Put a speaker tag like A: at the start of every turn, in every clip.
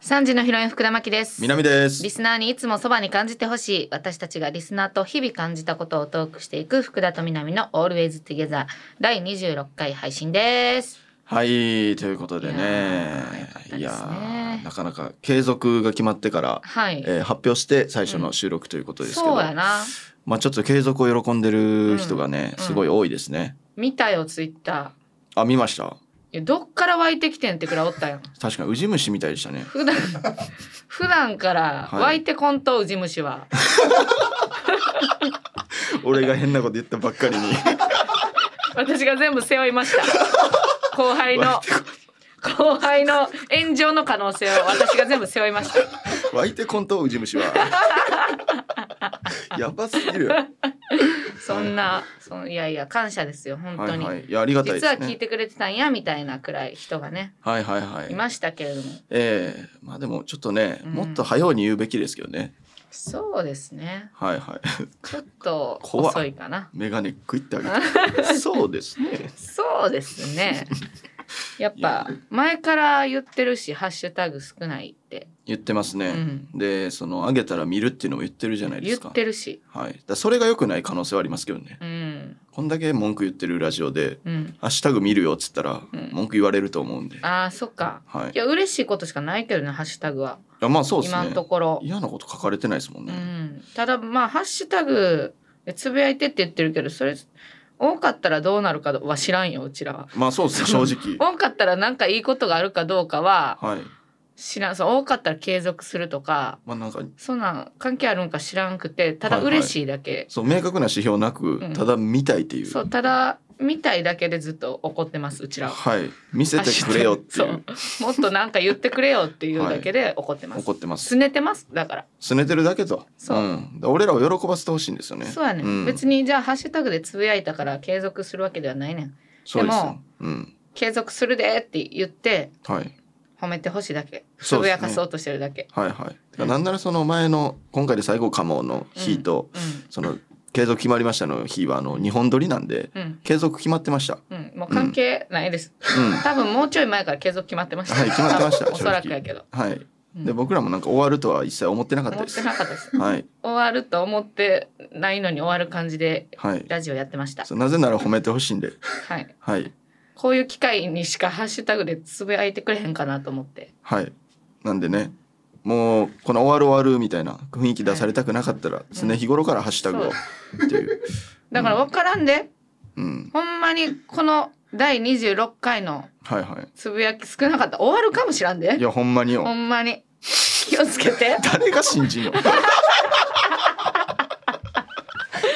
A: 三時のヒロイン福田真希です。
B: 南です
A: リスナーにいつもそばに感じてほしい私たちがリスナーと日々感じたことをトークしていく福田と南の Always Together 第26回配信です。
B: はいということで
A: い
B: ね
A: やーよかったですね
B: いやーなかなか継続が決まってから、
A: はい。
B: えー発表して最初の収録ということですけ
A: そ
B: ど、
A: うやな。
B: まあちょっと継続を喜んでる人がね、
A: うん
B: すごい多いですね
A: 見たよツイッタ
B: あ見ました
A: ー。いやどっから湧いてきてんってくらいおったよ。
B: 確かにウジ虫みたいでした ね
A: 普段普段から湧いてこんとウジ虫は。
B: 俺が変なこと言ったばっかりに
A: 私が全部背負いました。 後輩の後輩の炎上の可能性を私が全部背負いました。
B: 湧いてこんとウジ虫は やばすぎる
A: そんな、そのいやいや感謝ですよ本当に、
B: はいはいいやありがたいです
A: 実
B: ね
A: は聞いてくれてたんやみたいなくらい人がね
B: はいはいはい
A: いましたけれども、
B: ええまあでもちょっとね、
A: うん
B: もっと早うに言うべきですけどね
A: そうですね
B: はいはい
A: ちょっと
B: 怖っ
A: 遅いかな
B: メガネ食いってあげ てそうですね
A: そうです ねやっ
B: い
A: ぱ
B: や
A: 前から言ってるし「ハッシュタグ少ない」って、
B: 言ってます
A: う
B: ね、
A: ん、
B: でそのあげたら見るっていうのも言ってるじゃないで
A: 言
B: すか
A: ってるし
B: はい、だからそれが良くない可能性はありますけどね
A: うん
B: こんだけ文句言ってるラジオで
A: うん
B: 「ハッシュタグ見るよ」っつったら
A: うん
B: 文句言われると思うんで、
A: あーそっか
B: はい
A: いや嬉しいことしかないけどねハッシュタグは、
B: いやまあそうです
A: 今の
B: ね
A: ところ、
B: 嫌なこと書かれてないですもん
A: う
B: ね、
A: ん、ただまあハッシュタグでつぶやいてって言ってるけどそれ多かったらどうなるかは知らんようちらは
B: まあそうですね正直
A: 多かったらなんかいいことがあるかどうかは
B: はい
A: 知らんそう多かったら継続するとか
B: まあなんか
A: そんなん関係あるんか知らんくてただ
B: はいはい
A: 嬉しいだけ、
B: そう明確な指標なく、
A: うん
B: ただ見たいっていう
A: そうただ見たいだけでずっと怒ってますうちらは。
B: はい見せてくれよっていう
A: そうもっとなんか言ってくれよっていうだけで怒ってます、
B: 怒ってます
A: 拗ねてますだから
B: 拗ねてるだけと
A: そう
B: うん、俺らを喜ばせてほしいんですよね
A: そうやね、
B: ん、
A: ん、別にじゃあハッシュタグでつぶやいたから継続するわけではないねん
B: そうです
A: で
B: よ
A: も、
B: うん、
A: 継続するでって言って
B: はい
A: 褒めてほしいだけつ
B: そうですね
A: ぶやかそうとしてるだけ
B: はいはい。て
A: う
B: か
A: ん
B: なんならその前の今回で最後かもの日と、その継続決まりましたの日はあの日本撮りなんで
A: うんうん
B: 継続決まってました。
A: うん、もう関係ないです、
B: うん。
A: 多分もうちょい前から継続決まってました
B: はい決まってました
A: 多分おそらくやけど、
B: はい。
A: うん
B: で僕らもなんか終わるとは一切思ってなかった
A: 思っ
B: です
A: て。なかったです
B: はい
A: 終わると思ってないのに終わる感じで
B: はい。
A: ラジオやってました
B: そうなぜなら褒めてほしいんで、
A: はい
B: はい
A: こういう機会にしかハッシュタグでつぶやいてくれへんかなと思って
B: はい。なんでね。もうこの終わる終わるみたいな雰囲気出されたくなかったら常日頃からハッシュタグをっていう、
A: だから分からんで、
B: うん、
A: ほんまにこの第26回の
B: はいは
A: つぶやき少なかった終わるかもしらんで
B: いいやほんまに
A: ほ
B: よ
A: んまに気をつけて
B: 誰が 信じんの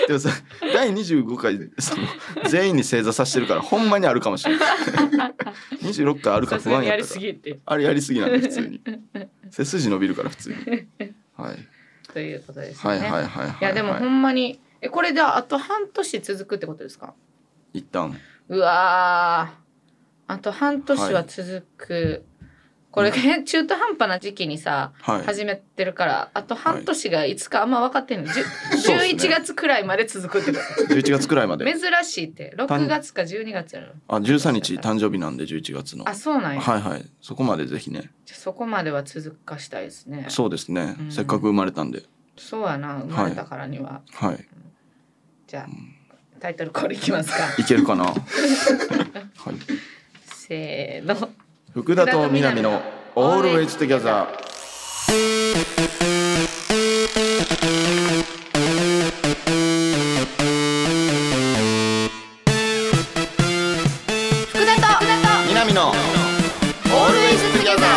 B: でもさ第25回その全員に正座させてるからほんまにあるかもしれない 26回あるか
A: さす
B: 不
A: が
B: 安
A: にや
B: やっ
A: り
B: た
A: す
B: ら
A: ぎって
B: あれやりすぎなんで 普通に背筋伸びるから普通に、はい、
A: ということですよ
B: はい
A: ね。
B: はいはいはいはい
A: いやでもほんまにえこれであと半年続くってことですか
B: 一旦
A: うわーあと半年は続く、これ、 中途半端な時期にさ、
B: はい
A: 始めてるからあと半年がいつかあんま分かってんの、じゅ
B: そうっすね
A: 11月くらいまで続くって こと
B: 11月くらいまで
A: 珍しいって6月か12月やろ
B: あ13日誕生日なんで11月の
A: あそうなんや、
B: はいはいそこまでぜひね
A: じゃあそこまでは続かしたいですね
B: そうですね
A: うん
B: せっかく生まれたんで
A: そうやな生まれたからには、
B: はい
A: じゃあタイトルコールいき ますか
B: いけるか なはい
A: せーの
B: 福田と南の「オールウェイズ・テギャザー」
A: 福田と福田と
B: 南の「オールウェイズ・テギャザー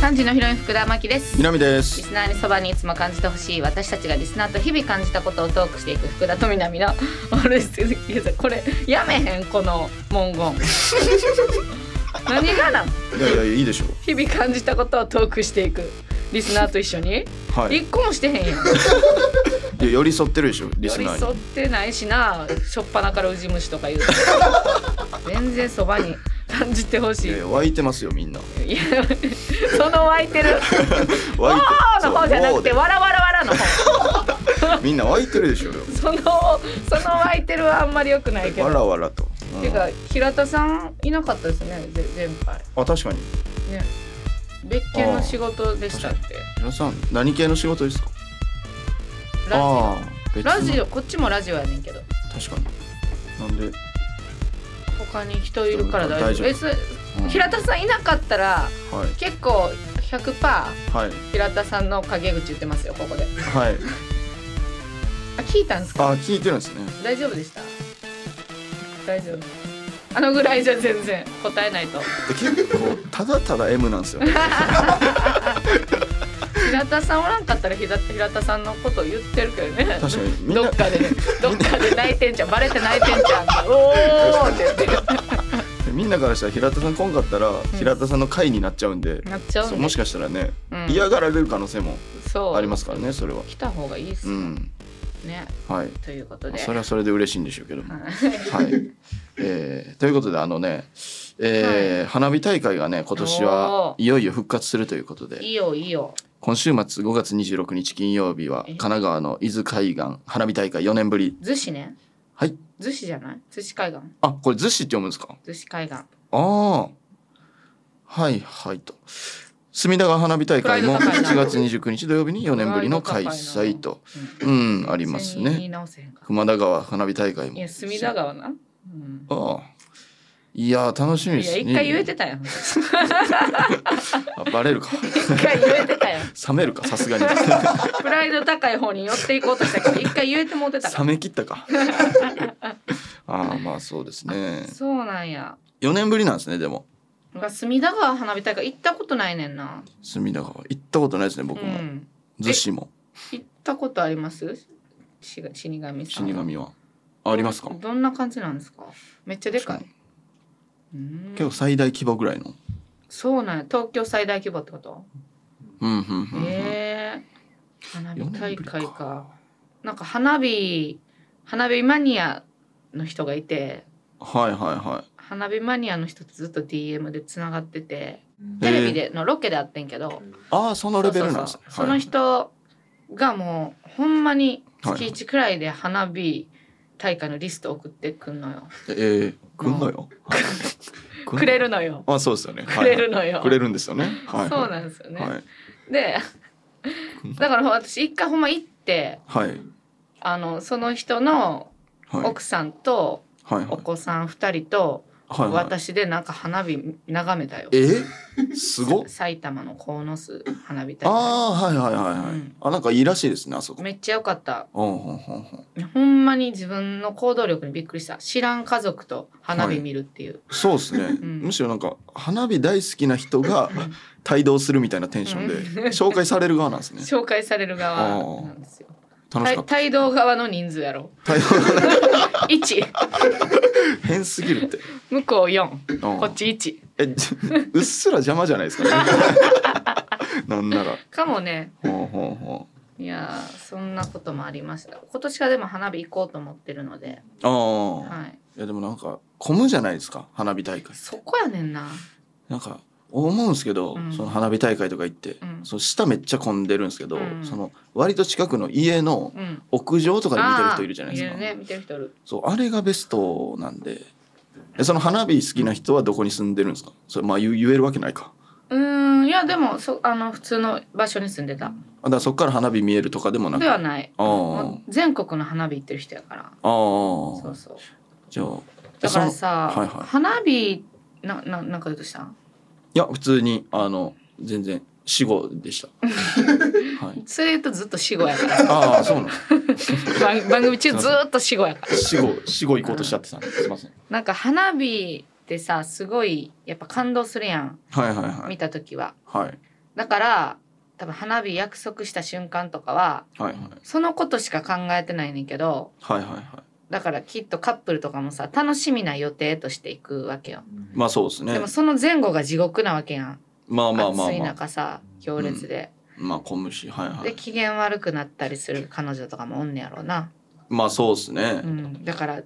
A: 三時のヒロイン福田真希です」リ
B: 南で
A: ス
B: す
A: ナーにそばにいつも感じてほしい私たちがリスナーと日々感じたことをトークしていく福田と南の 「オールイズゲザーこれやめへんこの文言 何がなん
B: いやいやいいでしょ
A: 日々感じたことをトークしていくリスナーと一緒に、
B: うはい
A: 一個もしてへんやん
B: いや寄り添ってるでしょリス
A: 寄り
B: ナー
A: 添
B: に
A: ってないしなしょっぱなからウジ虫と か言うて全然そばに感じてほしい
B: いやいや湧いてますよみんない
A: やその湧いて る
B: 湧い
A: 「
B: て
A: おーの方じゃなくて「
B: そう
A: わらわらわら」の方
B: もうでみんな湧いてるでしょ
A: そのその湧いてるはあんまり良くないけ
B: わ
A: ど
B: らわらとうん
A: ていうか平田さんいなかったですねぜ前回
B: あ確かに
A: ね別件の仕事でしたって
B: 皆さん何系の仕事ですか
A: ラ
B: ああ
A: ジオラ
B: 別の
A: ジオこっちもラジオやねんけど
B: 確かになんで、
A: 他に人いるから大丈夫
B: 大
A: えそ
B: うん
A: 平田さんいなかったら
B: はい
A: 結構100%
B: はい
A: 平田さんの陰口言ってますよここで
B: はい
A: あ聞いたんです
B: あ
A: か
B: 聞いてる んですね
A: 大丈夫でした大丈夫あのぐらいじゃ全然答えないと
B: で結構ただただ M なんですよ
A: 平田さんおらんかったらひだ平田さんのこと言ってるけどね
B: 確かにみん
A: ど
B: な
A: っかでどっかで泣いてんじゃんバレて泣いてんじゃんおーって言ってる
B: みんなからしたら平田さん来んかったら平田さんの回になっちゃうんで、
A: なっちゃう
B: そうんも
A: で
B: しかしたらね、
A: うん
B: 嫌がられる可能性も
A: そう
B: ありますからねそれは
A: 来た方がいいっす
B: うん
A: ね
B: はい
A: ということ
B: まあ
A: で
B: それはそれで嬉しいんでしょうけども
A: はい
B: はい、 えーということであのね、えー花火大会がね今年は
A: おー
B: いよいよ復活するということ で
A: いいよいいよ
B: 今週末5月26日金曜日は
A: え
B: 神奈川の伊豆海岸花火大会4年ぶり
A: 逗子ね
B: はい
A: 逗子じゃない逗子海岸
B: あこれ逗子って読むんですか
A: 逗子海岸
B: ああはいはいと隅田川花火大会も
A: プライド高
B: 7
A: いな
B: 月29日土曜日に4年ぶりの開催とうんあ
A: あ
B: ります
A: 言
B: ね
A: い直せへんか
B: 熊田川花火大会も
A: いや隅田川な、うん、
B: ああいやー楽しみで
A: い
B: す
A: や
B: ね
A: 一回言えてたやん一
B: あバレるか
A: 回言えてたやん
B: 冷めるかさすがに
A: プライド高い方に寄っていこうとしたけど一回言えてもうてたか
B: 冷め切ったか ああまあそうですね
A: らそうなんや
B: 4年ぶりなんですねでも
A: なんか隅田川花火大会行ったことないねんな
B: 隅田川行ったことないですね
A: う
B: 僕も
A: ん
B: 逗子、も
A: 行ったことありますしが死神さん
B: 死神はありますか
A: どんな感じなんですかめっちゃでかいうん
B: 結構最大規模ぐらいの
A: そうなんや東京最大規模ってこと
B: うんうんうん、うん
A: ええ花火大
B: 四年ぶり
A: 会かなんか花火花火マニアの人がいて
B: はいはいは
A: 花火マニアの人とずっと DM でつながってて
B: い
A: テレビでのロケで会ってんけど、
B: ああそのレベルなんです
A: そう
B: ね
A: そうそうその人がもうほんまに月1くらいで花火大会のリスト送ってくんのよ、
B: はい、ええくんのよ、はいくんの
A: くれるのよ
B: あそうですよね
A: くれるの
B: はい
A: よ、
B: くれるんですよねはい
A: そうなんですよね、
B: はい
A: で
B: くん
A: だから私一回ほんま行って
B: はい
A: あのその人の
B: はいはい
A: 奥さんと
B: はい
A: お子さん2人と
B: はいはい
A: 私でなんか花火眺めたよ、
B: えすごっ
A: 埼玉の鴻巣花火大会
B: ああはいはいはいはい、
A: うん
B: あなんかいいらしいですねあそこ
A: めっちゃ良かった
B: うんうんうんうん
A: ほんまに自分の行動力にびっくりした知らん家族と花火見るっていう、
B: そうですね、
A: ん
B: むしろなんか花火大好きな人が帯同するみたいなテンションで
A: うん
B: 紹介される側なんですね
A: 紹介される側なんですよ
B: 楽しかっ た
A: 帯同側の人数やろ
B: 帯同が
A: 1
B: 変すぎるって、
A: 向こう4
B: うん
A: こっち1
B: えじうっすら邪魔じゃないですか、ね、なんな ら
A: かもね
B: ほうほうほう
A: いやーそんなこともありました今年はでも花火行こうと思ってるので、
B: ああ、
A: はい、
B: い、やでもなんか混むじゃないですか花火大会
A: そこやねんな
B: なんか思うんですけど、
A: うん
B: その花火大会とか行って、
A: うん
B: その下めっちゃ混んでるんですけど、
A: うん
B: その割と近くの家の
A: うん
B: 屋上とかで見てる人いるじゃないです
A: あ
B: か
A: ーいるね見てる人いる
B: そうあれがベストなんでえその花火好きな人はどこに住んでるんですかそれまあ言う言えるわけないか
A: うーんいやでもそあの普通の場所に住んでた
B: あだからそっから花火見えるとかでもなく
A: ではない
B: あー
A: もう全国の花火行ってる人やから
B: あ
A: そ
B: あ
A: うそう
B: じゃあえ
A: だから
B: その
A: さ、
B: はいはい
A: 花火なななんか言うとした
B: いや普通にあの全然死後でした はい
A: それとずっと死後やから
B: ああそうなの
A: 番番組中ずーっと死後やから
B: 死後死後行こうとしちゃってたんですいません
A: なんか花火ってさすごいやっぱ感動するやん
B: はいはいはい
A: 見た時は
B: はい
A: だから多分花火約束した瞬間とかは
B: はいはい
A: そのことしか考えてないねんけど
B: はいはいは
A: だからきっとカップルとかもさ楽しみな予定としていくわけよ、
B: いまあそうです
A: で
B: ね
A: もその前後が地獄なわけやん、
B: まあまあまあ
A: 暑い
B: まあ
A: 中さ行列で、
B: まあ小虫はいは
A: で
B: い
A: 機嫌悪くなったりする彼女とかもおんねやろうな、
B: まあそうですね
A: うん、だから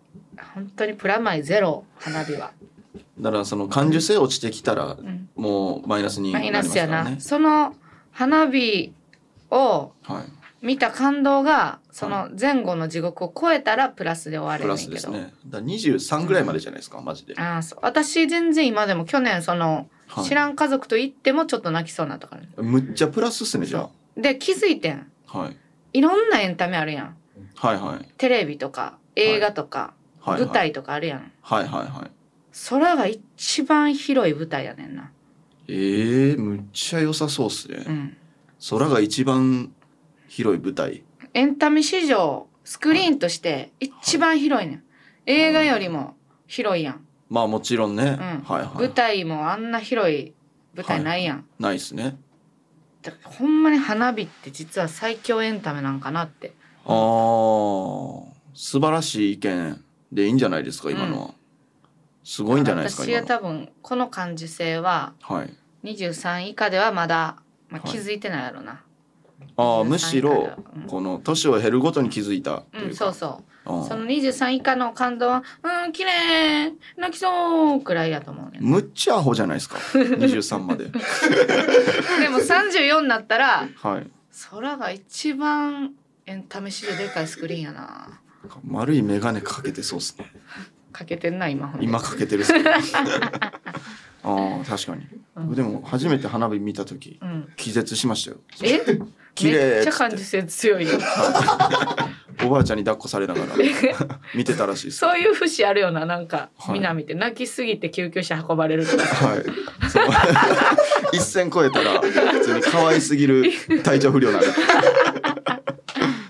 A: 本当にプラマイゼロ花火は、
B: だからその感受性落ちてきたら
A: うん、
B: もうマイナスにな
A: マイ
B: りま
A: ナ
B: す
A: ス
B: か
A: や
B: ら
A: な、
B: ね
A: その花火を
B: はい
A: 見た感動がその前後の地獄を超えたらプラスで終わ
B: プ
A: れる
B: ラ
A: ん
B: ス
A: や
B: で
A: け
B: す
A: ど、
B: ねだから23ぐらいまでじゃないですかマジで、
A: ああそう私全然今でも去年その
B: はい
A: 知らん家族と行ってもちょっと泣きそうになったからね、
B: むっちゃプラスっすねじゃ
A: で気づいてん
B: あ、はい、
A: いろんなエンタメあるやん
B: はいはい
A: テレビとか映画とか、
B: はい
A: 舞台とかあるやん、
B: はいはいはい
A: 空が一番広い舞台やねんな
B: ええむっちゃ良さそうっすね
A: うん
B: 空が一番広い舞台
A: エンタメ史上スクリーンとして一番広いねん、映画よりも広いやん、
B: まあもちろんね、
A: うん
B: はいはい
A: 舞台もあんな広い舞台ないやん、
B: ないっすね
A: だからほんまに花火って実は最強エンタメなんかなって
B: ああ素晴らしい意見でいいんじゃないですか今のは、すごいんじゃないですか
A: 私
B: 今
A: は
B: の
A: 多分この感受性は
B: はい
A: 23以下ではまだ、まあ、
B: はい
A: 気づいてないやろな、
B: あ
A: 23
B: あむしろ
A: うん
B: この年を減るごとに気づいたと
A: う
B: い
A: ん
B: う
A: そう
B: か、
A: そう
B: うん
A: その23以下の感動は「うん綺麗泣きそう」くらいやと思うね
B: むっちゃアホじゃな いですか23まで
A: でも34になったら
B: はい
A: 空が一番エンタメ史上でかいスクリーンやな
B: 丸い眼鏡かけてそうっすね
A: かけてんな今ほんで
B: 今かけてる っすねああ確かに、
A: うん
B: でも初めて花火見た時
A: うん
B: 気絶しましたよ
A: え
B: 綺麗
A: めっちゃ
B: っつって
A: 感受性強いよ
B: おばあちゃんに抱っこされなが ら見てたらしいです
A: そういう節あるよななんか
B: はい
A: 南って泣きすぎて救急車運ばれるとか
B: はい。そう 一線超えたら普通に可愛すぎる体調不良なの。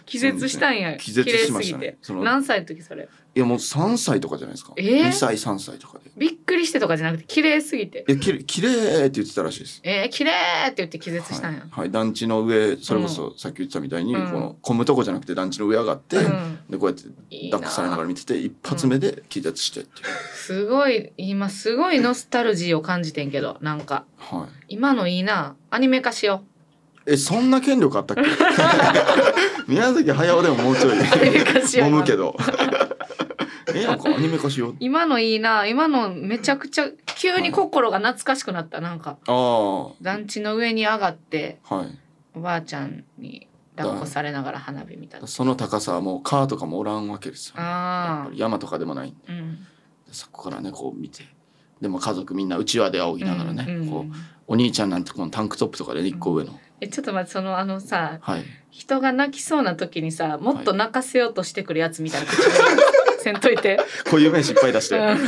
A: 気絶したんや
B: 気絶しましたね
A: 綺麗す
B: そ
A: ぎ
B: の
A: て何歳の時それ
B: いやもう三歳とかじゃないですか。
A: えー
B: 二歳三歳とかで。
A: びっくりしてとかじゃなくて綺麗すぎて
B: えきれ綺麗って言ってたらしいです。
A: えー、綺麗って言って気絶した
B: は
A: ん
B: い
A: や、、
B: はい団地の上それこそさっき言ってたみたいに、
A: うん
B: この混むとこじゃなくて団地の上上がって、
A: うん
B: でこうやって
A: いいな
B: 抱っこされながら見てて一発目で気絶してっていう、
A: すごい今すごいノスタルジーを感じてんけどなんか
B: はい
A: 今のいいなアニメ化しよ
B: えそんな権力あったっけ 宮崎駿でももうちょい
A: アニメ化しよう
B: 揉むけ どええやんかアニメ化しよう
A: う今のいいな今のめちゃくちゃ急に心が懐かしくなったなんか
B: あ
A: 団地の上に上がって
B: あはい
A: おばあちゃんに抱っこされながら花火見た
B: その高さはもうカーとかもおらんわけですよ、やっ
A: あ
B: ぱり山とかでもない
A: あうん
B: そこからねこう見てでも家族みんなうちわで仰ぎながらね、
A: うんうん
B: こうお兄ちゃんなんてこのタンクトップとかでね一個上の、
A: えちょっと待ってそのあのさ
B: はい
A: 人が泣きそうな時にさもっと泣かせようとしてくるやつみたいな口調せんといて、
B: こういう面失敗出し
A: う
B: て、
A: ん、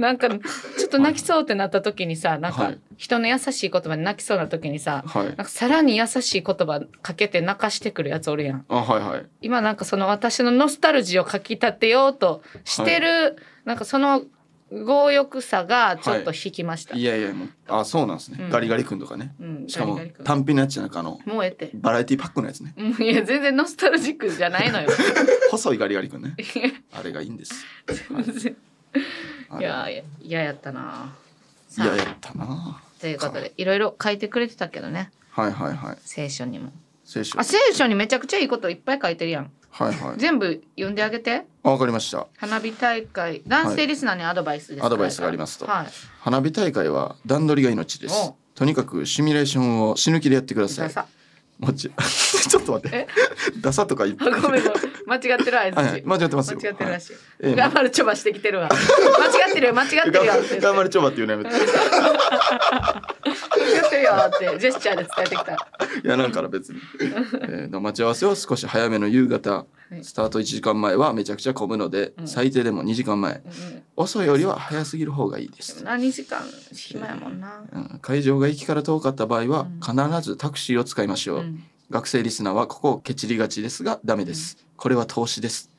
A: なんかちょっと泣きそうってなった時にさなん
B: は
A: か
B: い
A: 人の優しい言葉に泣きそうな時にさ
B: はい
A: なんかさらに優しい言葉かけて泣かしてくるやつおるやん
B: あはいはい
A: 今なんかその私のノスタルジーをかき立てようとしてる、なんかその強欲さがちょっと引きました、
B: いやいやもうあそうなんですね、
A: うん
B: ガリガリ君とかね
A: うん
B: しかも
A: ガリガリ君
B: 単品のやつじゃなくあの
A: もうええって
B: バラエティパックのやつね
A: うんいや全然ノスタルジックじゃないのよ
B: 細いガリガ リ君ねあれがいいんですあ
A: い
B: れ
A: やいや嫌やったなさ
B: い
A: あ
B: ややったな
A: ということでいろいろ書いてくれてたけどね
B: はいはいはい
A: 聖書にも
B: 聖書
A: あ聖書にめちゃくちゃいいこといっぱい書いてるやん
B: はいはい
A: 全部読んであげて
B: あわかりました
A: 花火大会男性リスナーにアドバイスですから、
B: アドバイスがありますと
A: はい
B: 花火大会は段取りが命で
A: お
B: す
A: う
B: とにかくシミュレーションを死ぬ気でやってください
A: さ
B: もち ちょっと待ってダサとか言って
A: あごめんごめん間違ってるあい
B: はいはい間違ってますよ
A: 間違ってるらしい、
B: ええ
A: 頑張るちょばしてきてるわ間違ってるよ間違ってるよって言って
B: 頑張れちょばっていうのやめ て
A: 間違ってるよってジェスチャーで伝えてきた
B: いやなんから別に、えー待ち合わせは少し早めの夕方
A: はい
B: スタート1時間前はめちゃくちゃ混むので、
A: うん
B: 最低でも2時間前遅いよりは早すぎる方がいいです、
A: 何時間暇やもんな、
B: うん会場が駅から遠かった場合は必ずタクシーを使いましょう、
A: うん
B: 学生リスナーはここをケチりがちですがダメです、これは投資です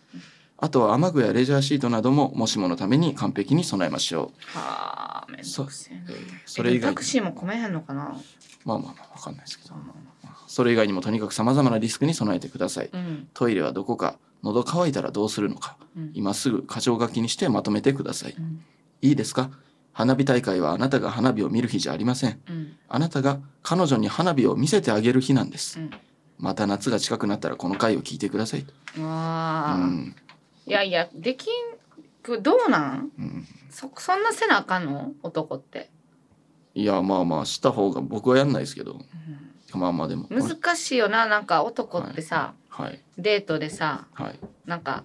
B: あとは雨具やレジャーシートなどももしものために完璧に備えましょ
A: はあめんどくせえな
B: う、えーそれ以外
A: え
B: に
A: タクシーも込めへんのかな
B: まあまあまあわかんないですけどそれ以外にもとにかくさまざまなリスクに備えてください
A: うん
B: トイレはどこか喉乾いたらどうするのか
A: うん
B: 今すぐ箇条書きにしてまとめてください
A: うん
B: いいですか花火大会はあなたが花火を見る日じゃありません
A: うん
B: あなたが彼女に花火を見せてあげる日なんです
A: うん
B: また夏が近くなったらこの回を聞いてください、う
A: わあ、
B: ん
A: いやいやできんこれどうなん
B: うん、
A: そそんなせなあかんの男って、
B: いやまあまあした方が僕はやんないですけど
A: うん
B: まあまあでも
A: 難しいよななんか男ってさ、
B: はい
A: デートでさ
B: はい
A: なんか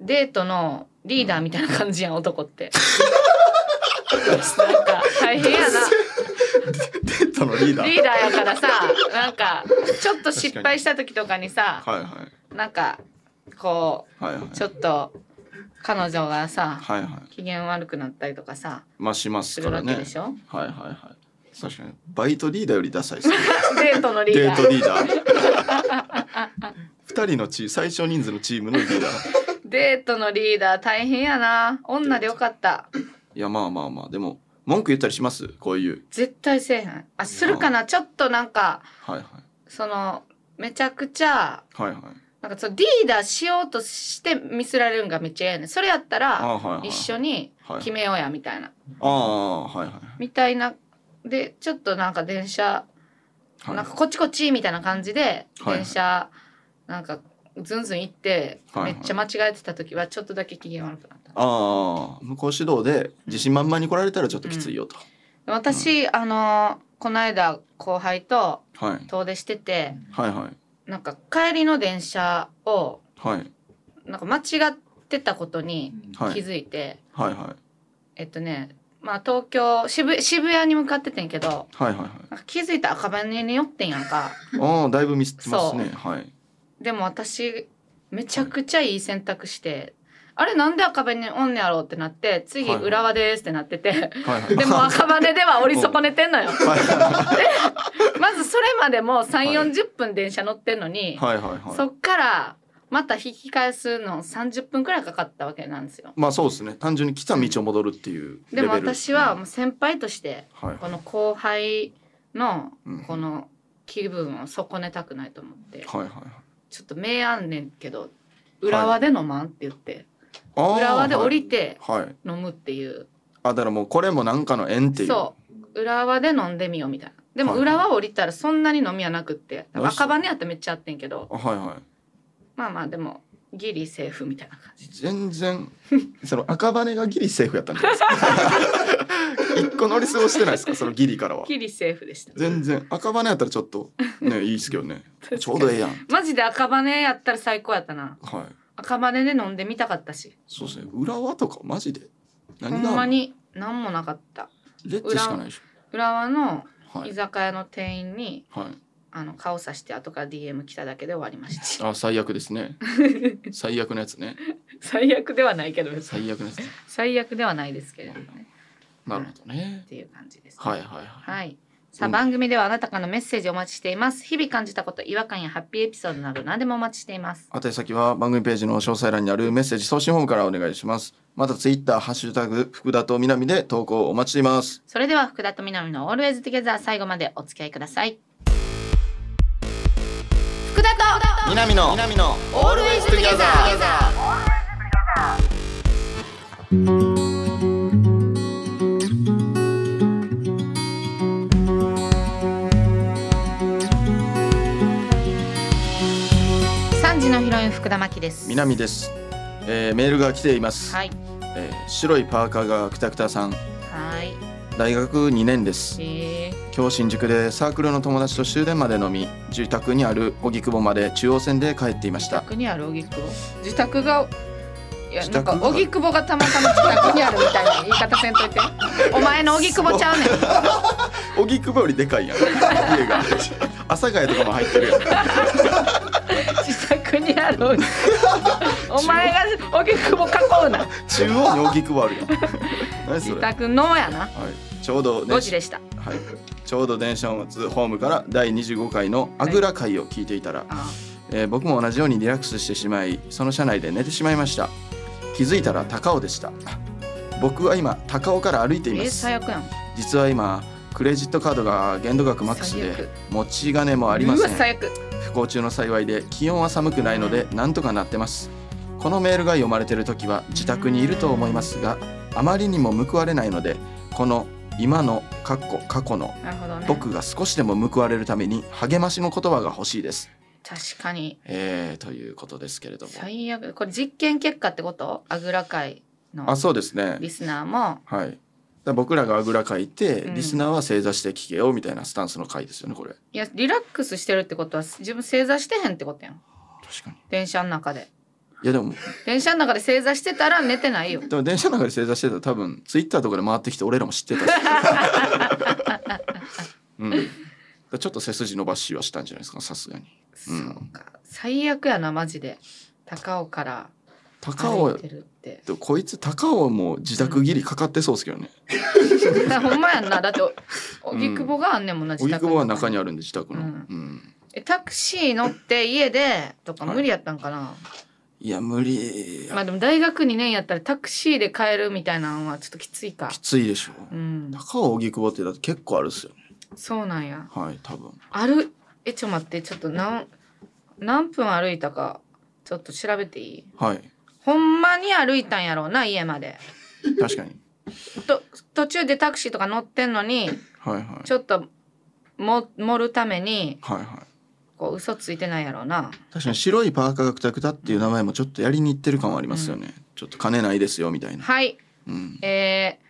A: デートのリーダーみたいな感じやん、男 って。なんか大変やな
B: デートのリーダー
A: リーダーやからさなんかちょっと失敗した時とかにさ
B: はいはい
A: なんかこ
B: はいはいう
A: ちょっと彼女がさ
B: はいはい
A: 機嫌悪くなったりとかさ
B: まあしますす
A: るわ
B: から
A: け
B: ね
A: でしょ、
B: はいはいはい確かにバイトリーダーよりダサいですね
A: デートのリー
B: デ
A: ダ
B: ー
A: ー
B: トリーダー 二人のチーム最小人数のチームのリー ダー
A: デートのリーダー大変やな女でよかった
B: いやまあまあまあでも文句言ったりしますこういう
A: 絶対せえへんあするかなちょっとなんか
B: はいはい
A: そのめちゃくちゃ
B: はいはい
A: なんかそのリーダーしようとしてミスられるんがめっちゃ嫌やねんそれやった
B: あ
A: ら
B: はいはい
A: 一緒に
B: はい
A: 決めようやみたいな
B: ああはいはい
A: みたいなでちょっとなんか電車
B: はい
A: なんかこっちこっちみたいな感じで
B: はい
A: 電車なんかずんずん行って
B: は
A: め
B: い
A: っちゃ間違えてた時はちょっとだけ機嫌悪くなった。
B: ああ向こう指導で自信満々に来られたらちょっときついよと、
A: 私、あのこの間後輩と
B: はい
A: 遠出してて
B: はいはい
A: なんか帰りの電車を
B: はい
A: なんか間違ってたことに
B: は
A: 気
B: い
A: づいて、
B: はいはい
A: えっとねまあ東京渋渋谷に向かっててんけど
B: はいはいはい
A: なんか気づいたら赤羽に寄ってんやんか
B: ああだいぶミスってますねはい
A: でも私めちゃくちゃいい選択して、あれなんで赤羽におんねやろうってなって次
B: はいはい
A: 浦和ですってなってて、
B: はいは い
A: でも赤羽では折り損ねてんのよ
B: はいは
A: まずそれまでもう3
B: い
A: 4 0分電車乗ってんのに、
B: いはいはい
A: そっからまた引き返すの30分くらいかかったわけなんですよ
B: まあそうですね単純に来た道を戻るっていう
A: で
B: レベル
A: も私はもう先輩として
B: はい
A: この後輩の
B: うん
A: この気分を損ねたくないと思って
B: はいはいはい
A: ちょっと名あんねんけど浦和で飲まんって言って、
B: あー
A: 浦和で降りて
B: はい、はい、
A: 飲むっていう、
B: あだからもうこれもなんかの縁っていう
A: そう浦和で飲んでみようみたいなでも
B: はい
A: 浦和降りたらそんなに飲みはなくって
B: よし
A: 赤羽やったらめっちゃあってんけど
B: あはいはい
A: まあまあでもギリセーフみたいな感じ
B: 全然 その赤羽がギリセーフやったんじゃないですか 一個乗り過ごしてないですかそのギリからは
A: ギリセーフでした
B: 全然赤羽やったらちょっとねいいっすけどね
A: 確かに
B: ちょうどええやん
A: マジで赤羽やったら最高やったな
B: はい
A: 赤羽で飲んでみたかったし
B: そうですね浦和とかマジで
A: ほ
B: 何
A: んま
B: が
A: に何もなかった
B: レッツしかないでし
A: 浦和の
B: ょはい
A: 居酒屋の店員に
B: はい
A: あの顔さして後から DM 来ただけで終わりました
B: あ最悪です ね最悪のやつね
A: 最悪ではないけど別に
B: 最悪のやつね
A: 最悪ではないですけれどもね
B: なるほどね
A: っていう感じです、
B: はいはいはい
A: はいさあ、
B: うん
A: 番組ではあなたからのメッセージお待ちしています日々感じたこと違和感やハッピーエピソードなど何でもお待ちしています
B: 宛先は番組ページの詳細欄にあるメッセージ送信フォームからお願いしますまたツイッターハッシュタグ福田と南で投稿お待ちしています
A: それでは福田と南の Always Together 最後までお付き合いください福田と
B: 南の南の
A: Always Together 三時のヒロイン福田真希です
B: 南です、えー、メールが来ています、
A: はい
B: えー白いパーカーがくたくたさん
A: はい
B: 大学2年です
A: えー
B: 今日新宿でサークルの友達と終電まで飲み住宅にある荻窪まで中央線で帰っていまし
A: 自
B: た
A: 宅にある荻窪自宅がいや
B: 自
A: なん
B: 宅
A: か
B: が
A: 荻窪がたまたま自宅にあるみたいな言い方せんといてお前の荻窪ちゃうねん
B: 荻窪よりでかい やん家が阿佐ヶ谷とかも入ってるやん
A: 自宅にある 荻窪お前が荻窪囲うな
B: 中央に荻窪あ るやん何そ
A: 自
B: れ、は、
A: 宅のやない
B: ちょうどね
A: 5時でした
B: はい、ちょうど電車を待つホームから第25回の「あぐら会」を聞いていたら、
A: あ
B: えー僕も同じようにリラックスしてしまいその車内で寝てしまいました気づいたら高尾でした僕は今高尾から歩いて
A: え
B: いま
A: ー
B: す
A: 最悪やん
B: 実は今クレジットカードが限度額マックス
A: 最悪
B: で持ち金もありませ
A: うわ
B: ん
A: 最悪
B: 不幸中の幸いで気温は寒くないのでなんとかなってますこのメールが読まれてる時は自宅にいると思いますがあまりにも報われないのでこの今のかっこ過去の
A: なるほどね
B: 僕が少しでも報われるために励ましの言葉が欲しいです、
A: 確かに
B: えー、ということですけれども
A: 最悪これ実験結果ってことあぐら会の
B: あそうですね
A: リスナーも
B: はいら僕らがあぐらかいて、
A: うん
B: リスナーは正座して聞けよみたいなスタンスの回ですよねこれ
A: いやリラックスしてるってことは自分正座してへんってことやん
B: 確かに
A: 電車の中で
B: いやでも
A: 電車の中で正座してたら寝てないよ
B: でも電車の中で正座してたら多分ツイッターとかで回ってきて俺らも 知ってたし、うん、だからちょっと背筋伸ばしはしたんじゃないですかさすがに
A: そうか最悪やなマジで高尾から
B: 高
A: 歩
B: 尾
A: いてるって
B: でもこいつ高尾も自宅切りかかってそうですけどね
A: だ からほんまやんなだってお荻窪があんねんもんな
B: 荻窪は中
A: に
B: にあるんで自宅の、う
A: うんんえタクシー乗って家でとか
B: はい
A: 無理やったんかな、
B: いや無理や
A: まあでも大学2年やったらタクシーで帰るみたいなのはちょっときついか
B: きついでしょ
A: うん
B: 高尾荻窪ってだって結構あるっすよね
A: そうなんや
B: はい多分
A: あるえちょ待ってちょっと何何分歩いたかちょっと調べていい
B: はい
A: ほんまに歩いたんやろうな家まで
B: 確かに
A: と途中でタクシーとか乗ってんの に
B: はいはい
A: ちょっとも盛るために
B: はいはい
A: こう嘘ついてないやろうな
B: 確かに白いパーカーがくたくたっていう名前もちょっとやりに行ってる感はありますよね、ちょっと金ないですよみたいな、
A: はい
B: うん、
A: え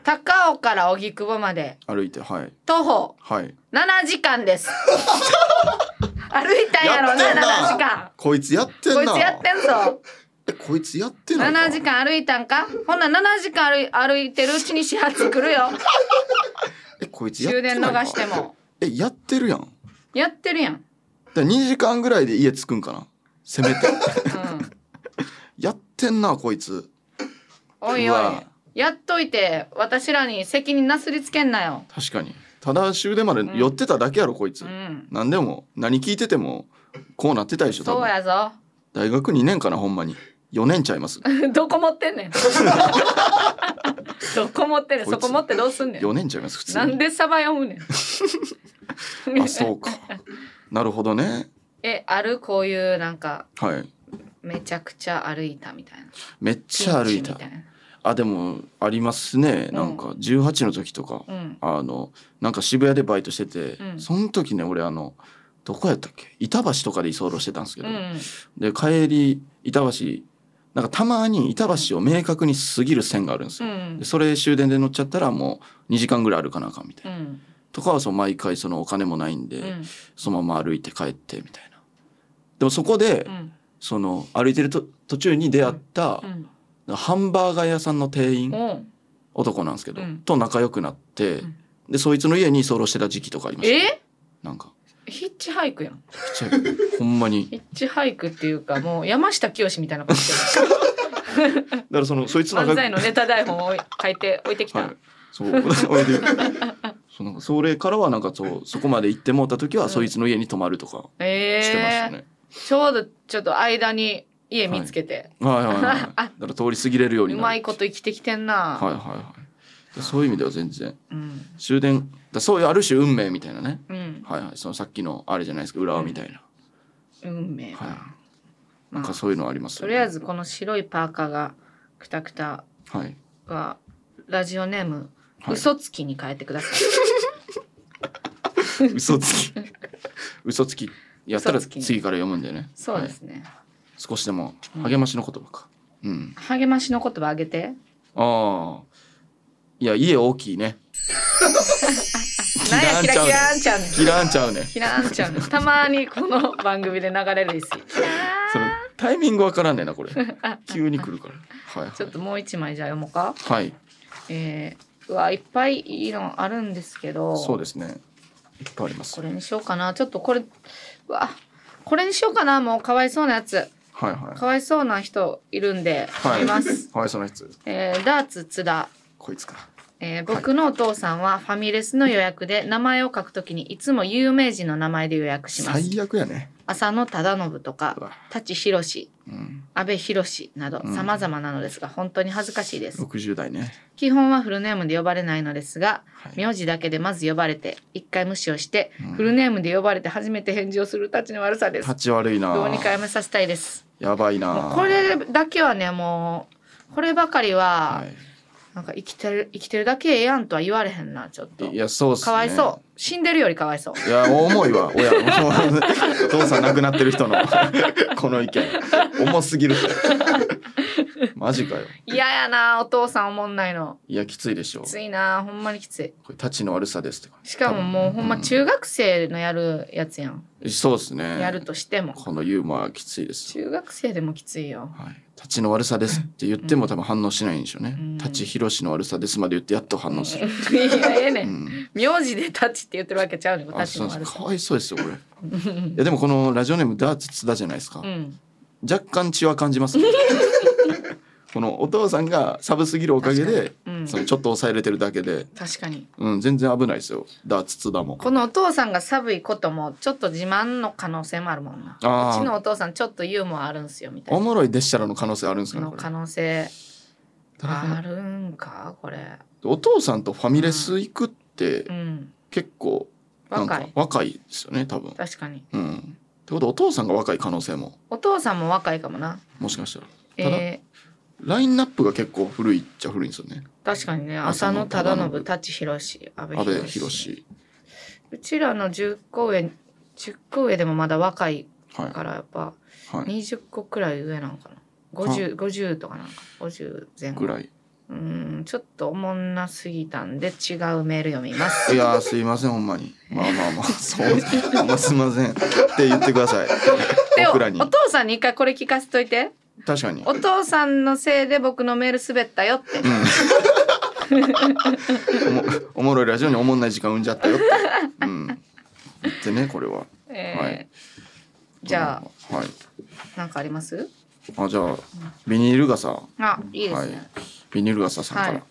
A: ー、高尾から荻窪まで
B: 歩いてはい
A: 徒歩
B: はい
A: 7時間 です歩いたんやろ
B: やってんな
A: な7時間
B: こいつやってんな
A: こいつやってんぞ
B: えこいつやってない
A: 7時間歩いたんかほんなら7時間歩い歩いてるうちに始発来るよ
B: えこいつやって
A: 終
B: な
A: 電
B: いか
A: 逃しても
B: えやってるやんだか
A: やってるやん、うん、
B: ら2時間ぐらいで家着くんかなせ めてやってんなこいつ
A: おいうおい
B: わ
A: やっといて私らに責任なすりつけんなよ
B: 確かにただ終電まで寄ってただけやろこいつ、、
A: うんん
B: 何でも何聞いててもこうなってたでしょ多
A: そう
B: 分
A: やぞ
B: 大学2年かなほんまに4年ちゃい ます
A: どこ持ってんねん どこ持ってんねん
B: こいつ
A: そこ持ってどうすんねん
B: 4年ちゃいます普通
A: な
B: に
A: んでサバ読むねん
B: あそうかなるほどね
A: えあるこういうなんか
B: はい
A: めちゃくちゃ歩いたみたいな
B: めっちゃ歩い
A: ピンチみ
B: た
A: たいな
B: あでもありますねなんか18の時とか、
A: うん
B: あのなんか渋谷でバイトしてて、
A: うん
B: その時ね俺あのどこやったっけ板橋とかで居候してたんですけ
A: う
B: ど、
A: ん
B: で帰り板橋なんかたまに板橋を明確に過ぎる線があるんです
A: う
B: よ、
A: ん
B: でそれ終電で乗っちゃったらもう2時間ぐらい歩かなあかんみたいな、
A: うん
B: とかはそう毎回そのお金もないんで、
A: うん
B: そのまま歩いて帰ってみたいなでもそこで、
A: うん
B: その歩いてると途中に出会った
A: う、ん
B: ハンバーガー屋さんの店員、
A: おう
B: 男なんですけど、
A: うん
B: と仲良くなって、
A: うん
B: でそいつの家に居候してた時期とかありました
A: え
B: なんか
A: ヒッチハイクやん
B: ちっちゃいほんまに
A: ヒッチハイクっていうかもう山下清みたいなこと してる
B: だからそのそいつ仲
A: 漫才
B: 良く
A: のネタ台本を書いて置いてきた、
B: はいそう おいでそうなんかそれからはなんかそうそこまで行ってもうた時はそいつの家に泊まるとか
A: え
B: してました
A: え
B: ね、
A: ちょうどちょっと間に家見つけて、
B: はいはいはいだから通り過ぎれるように
A: う
B: なる
A: まいこと生きてきてんな、
B: はいはいはいでそういう意味では全然
A: うん
B: 終電だそういうある種運命みたいなね
A: うん
B: はいはいそのさっきのあれじゃないですか裏みたいな、
A: 運命
B: はい
A: が、
B: なん
A: ま
B: か
A: あ、
B: そういうのあります
A: と
B: よ
A: りあえ
B: ね
A: ずこの白いパーカーがくたくた
B: はい
A: はラジオネーム、
B: はい
A: 嘘つきに変えてくださ い
B: 嘘つき 嘘つきやったら
A: 嘘つき
B: 次から読むんだよね
A: そうで
B: はい
A: すね、
B: 少しでも
A: うん
B: 励ましの言葉かうん
A: 励ましの言葉あげて
B: ああいや家大きいね
A: なんやキ
B: キ
A: ラ
B: ラ
A: キラ
B: ー
A: ーンちゃん
B: キラーンちゃうね
A: キラーンちゃんたまにこの番組で流れる しキラ
B: そのタイミングわからんねん なこれ急に来るからはい
A: ーちょっ
B: は
A: ともう一枚じゃあ読もうか
B: い、はい、
A: えー、うわいっぱいいいのあるんですけど
B: そうですねいっぱいあります
A: これにしようかなちょっとこれうわこれにしようかなもうかわいそうなやつ
B: はいはい
A: かわいそうな人いるんで、
B: はい
A: い、ます、
B: はいそのやつ
A: えーダーツ津田
B: こいつか
A: えー僕のお父さんはファミレスの予約で名前を書くときにいつも有名人の名前で予約します
B: 最悪やね
A: 浅野忠信と
B: うわ
A: か舘ひろし
B: うん
A: 阿部寛など
B: うん
A: 様々なのですが本当に恥ずかしいです、
B: 60代ね
A: 基本はフルネームで呼ばれないのですが
B: はい
A: 名字だけでまず呼ばれて一回無視をして、
B: うん
A: フルネームで呼ばれて初めて返事をするたちの悪さです
B: 立ち悪いな
A: どうにかやめさせたいです
B: やばい
A: も
B: な
A: うこれだけはねもうこればかりは、
B: はい
A: なんか生きてる生きてるだけええやんとは言われへんなちょっと
B: いやそうっすね
A: かわいそう死んでるよりかわいそう
B: いや重いわ親 お父さん亡くなってる人のこの意見重すぎるマジかよ。
A: 嫌やなお父さんおもんないの
B: いや、きついでしょ
A: きついなほんまにきつい
B: これ、たちの悪さですって感じ
A: しかももうほんま中学生のやるやつやん、
B: うんそうですね。
A: やるとしても
B: このユーモアはきついですよ。
A: 中学生でもきついよ
B: はい。たちの悪さですって言っても多分反応しないんでしょ
A: う
B: うね
A: ん。
B: たちひろしの悪さですまで言ってやっと反応する。
A: いやええね
B: うんん。
A: 名字でタッチって言ってるわけちゃうねんタ
B: あ、
A: ッチ
B: そう
A: の
B: なん
A: 悪
B: です
A: さ
B: か。かわいそうですよ、 これ。い
A: うん
B: や、でもこのラジオネームダーツ津田じゃないですか
A: う。ん
B: 若干血は感じ ますね。このお父さんがサブすぎるおかげで、
A: うん
B: そのちょっと抑えれてるだけで、
A: 確かに
B: うん、全然危ないですよ。ダーツ津田も。
A: このお父さんが寒いこともちょっと自慢の可能性もあるもんな
B: あー
A: うちのお父さんちょっとユーモアあるんすよみた
B: お
A: いな
B: もろいでっしゃらの可能性あるんです
A: そ
B: かね
A: の
B: これ
A: 可能性
B: 田中
A: あるんかこれ
B: お父さんとファミレス行くって
A: うん
B: 結構なん
A: 若
B: か
A: い
B: 若いですよね多分。
A: 確かに
B: うん。ってことはお父さんが若い可能性も
A: お父さんも若いかもな
B: もしかしたら。ただ
A: え
B: ラインナップが結構古いっちゃ古いんですよね。
A: ー、確かにね
B: 浅
A: 浅
B: 野
A: 野
B: 忠信
A: 忠信舘ひろし阿部
B: 安部
A: 寛
B: 寛。
A: うちらの10個上10個上でもまだ若い
B: はい
A: からやっぱ
B: はい。
A: 20個くらい上なのかな50 50とかなんか50前後
B: ぐらい。
A: うんちょっとおもんなすぎたんで違うメール読みます
B: いやーすいませんほんまに。まあまあまあそう。ほんますいませんって言ってください。
A: で
B: 僕らに
A: おお父さんに一回これ聞かせといて
B: 確かに。
A: お父さんのせいで僕のメール滑ったよって
B: うん、おもお もろいラジオにおもんない時間生んじゃった よって。うん。言ってねこれは。
A: えー
B: はい
A: じゃ
B: あ。はい。
A: あなんかあります
B: あじゃあビニール傘。
A: あいいです
B: はい
A: ね、
B: ビニール傘さんから、
A: はい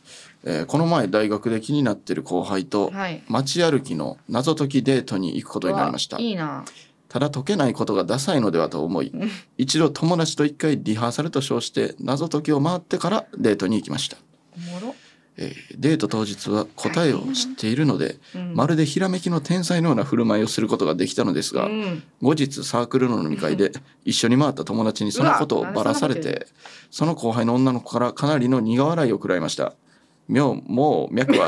B: えーこの前大学で気になってる後輩と
A: はい
B: 街歩きの謎解きデートに行くことになりました
A: うわいいな
B: ただ解けないことがダサいのではと思い一度友達と一回リハーサルと称して謎解きを回ってからデートに行きました、
A: おもろ、
B: えーデート当日は答えを知っているので
A: うん
B: まるでひらめきの天才のような振る舞いをすることができたのですが、
A: うん
B: 後日サークルの飲み会で一緒に回った友達にそのことをばらされ
A: うわなん
B: てその後輩の女の子からかなりの苦笑いを食らいました妙もう脈 は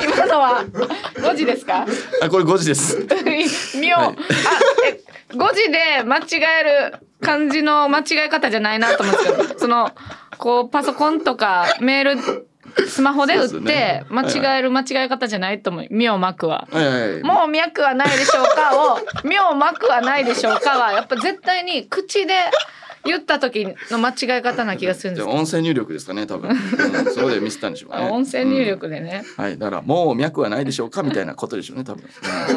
A: 今のは5時ですか
B: あこれ5時です
A: 妙、
B: はい
A: あえ5時で間違える漢字の間違え方じゃないなと思うんですけどそのこうパソコンとかメールスマホで打っ
B: そう
A: て、
B: ですね
A: 間違える間違え方じゃないと思う妙幕は。
B: はいはいはい
A: もう脈はないでしょうかを、妙脈はないでしょうかは、やっぱ絶対に口で言った時の間違い方な気がするんで
B: じゃ
A: す
B: あ
A: けど。
B: 音声入力ですかね多分、うんそこでミスったんでしょうね
A: あ音声入、力でね。
B: うんはいだからもう脈はないでしょうかみたいなことでしょうね多分、うん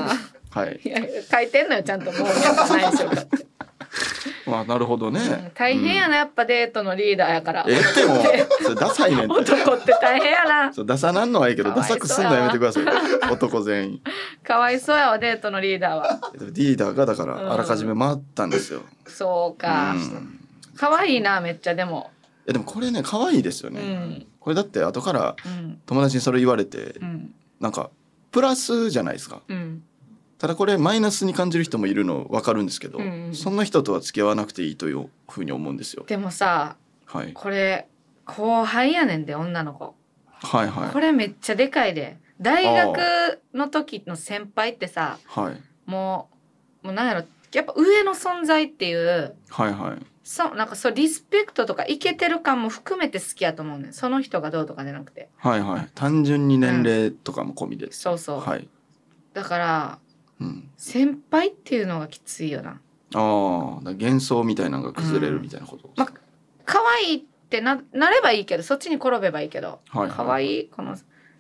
A: あ
B: はい
A: いや書いてんのよ、ちゃんと。もう脈はないでしょうかって。
B: まあなるほどね、
A: うん大変やな、やっぱデートのリーダーやから
B: え。でもそれダサ いねんって
A: 男って大変やな。
B: そうダサなんのはいいけど
A: か
B: ダ
A: わいそ
B: サ
A: うやわ
B: くすんのやめてください男全員
A: かわいそうやわ、デートのリーダーは。
B: リーダーがだか
A: うん
B: らあらかじめ回ったんですよ、
A: そう
B: う
A: か。
B: ん、
A: かわいいな、めっちゃでも。
B: えでもこれね可愛いですよ
A: う
B: ね、
A: ん。
B: これだって後から
A: うん。
B: 友達にそれ言われて、
A: うん。
B: なんかプラスじゃないですか
A: うん。
B: ただこれマイナスに感じる人もいるの分かるんですけど、
A: うんうん
B: そんな人とは付き合わなくていいというふうに思うんですよ、
A: でもさ、
B: はい、
A: これ、後輩やねんで、女の子。
B: はいはい
A: これめっちゃでかいで大学の時の先輩ってさ
B: はい
A: もうもうなんやろやっぱ上の存在っていう
B: はいはい
A: そうなんかそうリスペクトとかイケてる感も含めて好きやと思うねんその人がどうとかじゃなくて
B: はいはい単純に年齢とかも込みです、
A: そうそう、
B: はい、
A: だから
B: うん、
A: 先輩っていうのがきついよな
B: ああ幻想みたいなのが崩れるみたいなこと、
A: ま可愛いってななればいいけどそっちに転べばいいけど
B: はいはい
A: 可愛いこの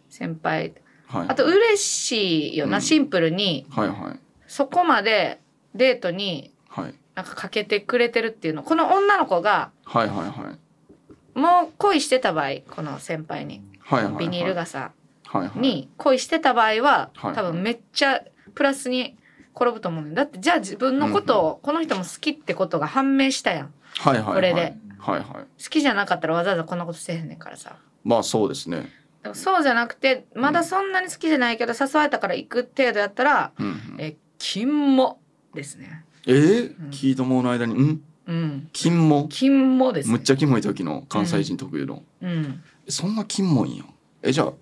A: 先輩
B: はい
A: あと嬉しいよな、
B: うん
A: シンプルに
B: はいはい
A: そこまでデートに
B: はい
A: なんかかけてくれてるっていうのこの女の子が
B: はいはいはい
A: もう恋してた場合この先輩に、
B: はいはいはい
A: ビニール傘
B: はいはい
A: に恋してた場合は、
B: はい
A: 多分めっちゃプラスに転ぶと思うねんだってじゃあ自分のことを、この人も好きってことが判明したやん
B: はいはいはい
A: これで
B: はいはい
A: 好きじゃなかったらわざわざこんなことせえへんねんからさ
B: まあそうですね
A: でもそうじゃなくてまだそんなに好きじゃないけど誘われたから行く程度やったら
B: うんうん
A: え金もですね
B: えー
A: うん
B: 聞いたもの間にうん
A: うん
B: 金も
A: 金もですね
B: むっちゃキモい時の関西人特有の、
A: うん
B: えそんな金もいんやんえじゃあ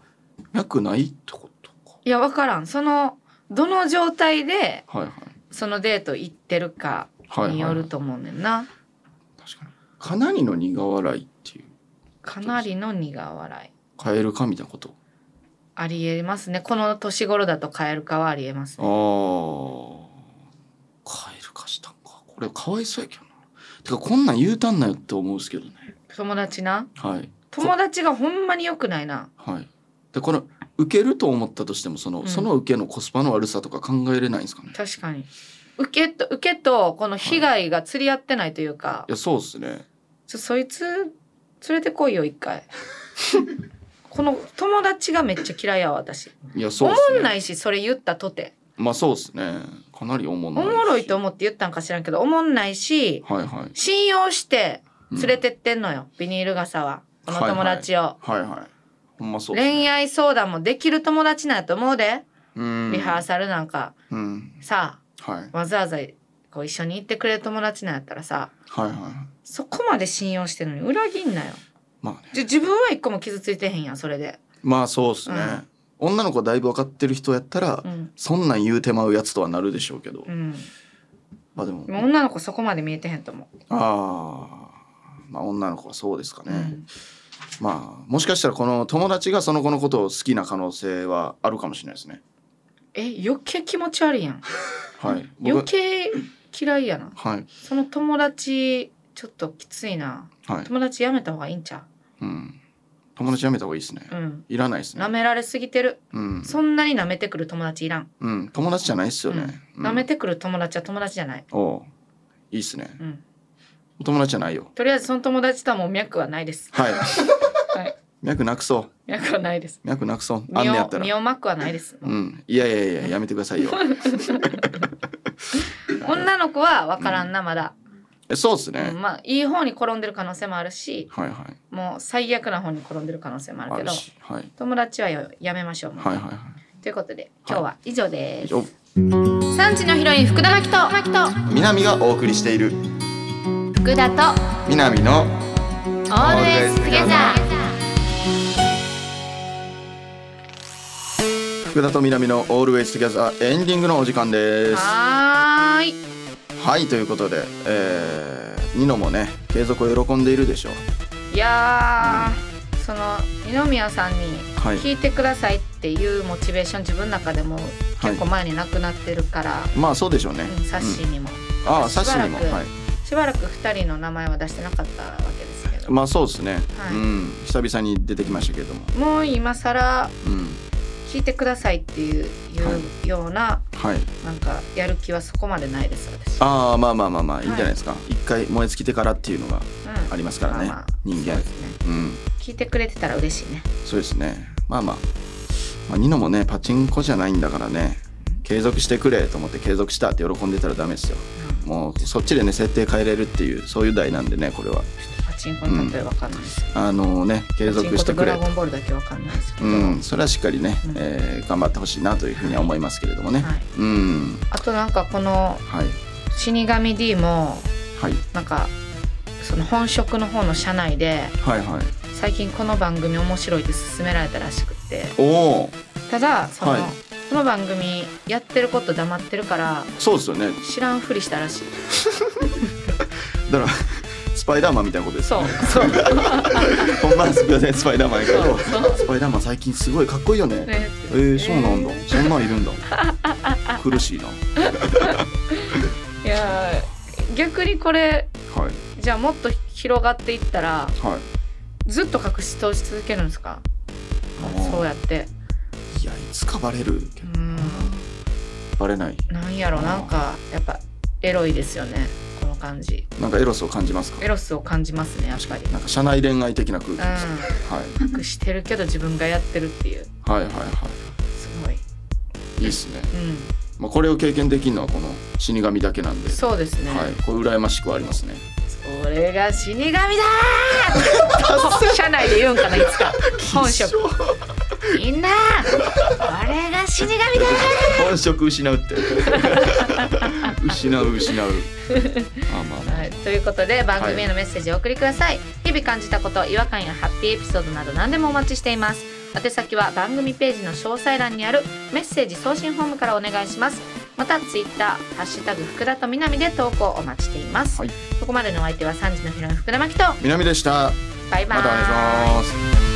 B: 脈ないってことか
A: いや分からんそのどの状態で
B: はいはい
A: そのデート行ってるか
B: はいはい
A: によると思うねんな、
B: 確かにかなりの苦笑いっていう
A: かなりの苦笑い
B: カエルかみたいなこと
A: ありえますねこの年頃だとカエル化はありえます
B: あ
A: ね
B: あカエル化したんかこれかわいそうやけどなてかこんなん言うたんなよって思うんですけどね
A: 友達な
B: はい
A: 友達がほんまに良くないな
B: はいでこの受けると思ったとしてもその、
A: うん
B: その受けのコスパの悪さとか考えれないんですかね
A: 確かに受けと受けとこの被害が釣り合ってないというか、
B: いやそうですね
A: ちょそいつ連れてこいよ一 回この友達がめっちゃ嫌いやわ私
B: いやそう
A: 思
B: で
A: ん
B: す
A: な
B: ね
A: いしそれ言ったとて
B: まあそうですねかなりおもん
A: お
B: ないし
A: もろいと思って言ったんか知らんけどおもんないし
B: はいはい、
A: 信用して
B: うん
A: 連れてってんのよ、ビニール傘はこの友達を、
B: はいはいほんまそうです
A: 恋愛相談もできる友達なんやと思うで、
B: うん
A: リハーサルなんか
B: うん
A: さ
B: はい
A: わざわざこう一緒に行ってくれる友達なんやったらさ
B: はいはい
A: そこまで信用してるのに裏切んなよ
B: まあね
A: じ自分は一個も傷ついてへんやんそれで、
B: まあそうですね、女の子だいぶ分かってる人やったら、
A: うん
B: そんなん言うてまうやつとはなるでしょうけど、
A: うん、
B: まあでも、
A: もう女の子そこまで見えてへんと思う、
B: ああまあ女の子はそうですか
A: う
B: ね、
A: ん、
B: まあもしかしたらこの友達がその子のことを好きな可能性はあるかもしれないですね
A: え余計気持ち悪いやん
B: はい
A: 余
B: 僕
A: 計嫌いやな
B: はい
A: その友達ちょっときついな
B: はい、
A: 友達やめた方がいいんちゃ
B: うん、友達やめた方がいいですね
A: ううん
B: いらないです
A: 舐
B: ね
A: められすぎてる
B: うん、
A: そんなに舐めてくる友達いらん、
B: うん、友達じゃないっすよね、うん
A: 舐めてくる友達は友達じゃない、
B: おういいっすね
A: うん、
B: 友達じゃないよ
A: とりあえずその友達とはもう脈はないです
B: はい
A: はい
B: 脈なくそう
A: 脈はないです
B: 脈なくそうあん
A: 身
B: ねやっ
A: を
B: たら
A: 身を巻くはないです、
B: うん、いやいやいややめてくださいよ
A: 女の子は分からんなまだ、
B: えそうですね、
A: うんまあいい方に転んでる可能性もあるし
B: はいはい
A: もう最悪な方に転んでる可能性もある
B: あ
A: け
B: る
A: ど
B: しはい
A: 友達はよやめましょう、もう
B: はいはいは
A: ということで今日は以上
B: い
A: で
B: 以
A: す、
B: 上
A: 産地のヒロイン福田真希と真希と
B: 南がお送りしている
A: 福田と
B: 南の
A: オールエストゥギャザー
B: 福田と南の Always Together エンディングのお時間です
A: はーい
B: はいということで、えー、ニノもね継続を喜んでいるでしょう
A: いやーその二宮さんに
B: はい
A: 聞いてくださいっていうモチベーション自分の中でも結構前になくなってるから、
B: まあそうでしょうね、
A: うん、サッシーにも、
B: うんああサッシーにも
A: しばらく
B: はい
A: しばらく2人の名前は出してなかったわけですけど、
B: まあそうですね、
A: はい
B: うん久々に出てきましたけれども
A: もう今更
B: うん
A: 聞いてくださいっていういうような
B: はい
A: なんかやる気はそこまでないです私、
B: ああまあまあまあまあいいんじゃないですか、一回燃え尽きてからっていうのが
A: うん
B: ありますからね、
A: まあまあ
B: 人
A: そう
B: 間
A: ですね
B: うん
A: 聞いてくれてたら嬉しいね
B: そうですねまあまあ、まあ、ニノもねパチンコじゃないんだからね継続してくれと思って継続したって喜んでたらダメですよもうそっちでね設定変えれるっていうそういう題なんでねこれは
A: ちょっとパチンコの例えわかんないです、
B: あのね継
A: パチ
B: 続
A: ンコ
B: し
A: と
B: てく
A: ド
B: れ
A: ラゴンボールだけわかんないですけ
B: う
A: ど、
B: んそれはしっかりね、
A: うん
B: えー頑張ってほしいなというふうには思いますけれどもね、
A: はい、
B: うん
A: あとなんかこの
B: はい
A: 死神 D も
B: はい
A: なんかその本職の方の社内で
B: はいはい
A: 最近この番組面白いって勧められたらしくって
B: おお
A: ただその、
B: はい
A: この番組やってること黙ってるから
B: そうですよね
A: 知らんふりしたらしい
B: だから スパイダーマンみたいなことです
A: そ
B: よ
A: う
B: ね
A: そう
B: ほんまはすみませんスパイダーマンやけ
A: そ
B: ど
A: うそう
B: スパイダーマン最近すごいかっこいいよね
A: ね
B: えー、そうなんだ、そんなんいるんだ苦しいなはい
A: やー逆にこれ
B: い
A: じゃあもっと広がっていったら
B: はい
A: ずっと隠し通し続けるんですか
B: あー
A: そうやって
B: いやいつかバレるけ
A: う
B: ど
A: ん
B: バレない
A: なんやろなんかやっぱエロいですよねこの感じ
B: なんかエロスを感じますか
A: エロスを感じますねやっぱり
B: なんか社内恋愛的な空気です、
A: う
B: はい、
A: ん隠してるけど自分がやってるっていう
B: はいはいは
A: すごい
B: いいいっすね、
A: う
B: まあ、これを経験できるのはこの死神だけなんで
A: んそうですね、
B: はい、これ羨ましくはありますね
A: それが死神だー社内で言うんかないつか本職みんなあれが死神だ
B: 本職失うって 失う失 うまあまあまあ
A: はい、ということで番組へのメッセージをお送りください、日々感じたこと違和感やハッピーエピソードなど何でもお待ちしています宛先は番組ページの詳細欄にあるメッセージ送信フォームからお願いしますまたツイッターハッシュタグ福田とみなみで投稿お待ちしています、
B: はい
A: ここまでのお相手は3時のヒロイン福田真希と
B: 南でした
A: バイバーイ
B: またお願いします